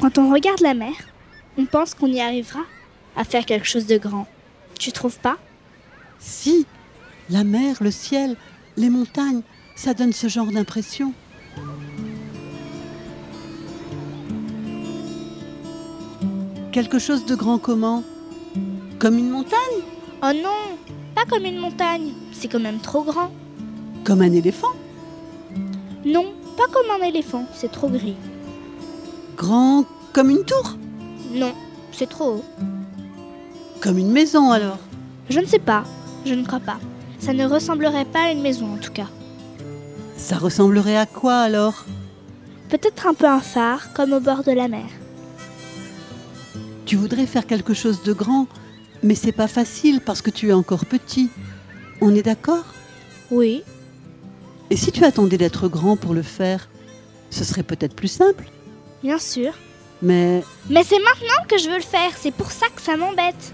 Quand on regarde la mer, on pense qu'on y arrivera à faire quelque chose de grand. Tu trouves pas Si, la mer, le ciel, les montagnes, ça donne ce genre d'impression. Quelque chose de grand comment Comme une montagne Oh non, pas comme une montagne, c'est quand même trop grand. Comme un éléphant Non, pas comme un éléphant, c'est trop gris. Grand comme une tour Non, c'est trop haut. Comme une maison alors Je ne sais pas, je ne crois pas. Ça ne ressemblerait pas à une maison en tout cas. Ça ressemblerait à quoi alors Peut-être un peu un phare, comme au bord de la mer. Tu voudrais faire quelque chose de grand, mais c'est pas facile parce que tu es encore petit. On est d'accord Oui, Et si tu attendais d'être grand pour le faire, ce serait peut-être plus simple. bien sûr. Mais Mais c'est maintenant que je veux le faire, c'est pour ça que ça m'embête.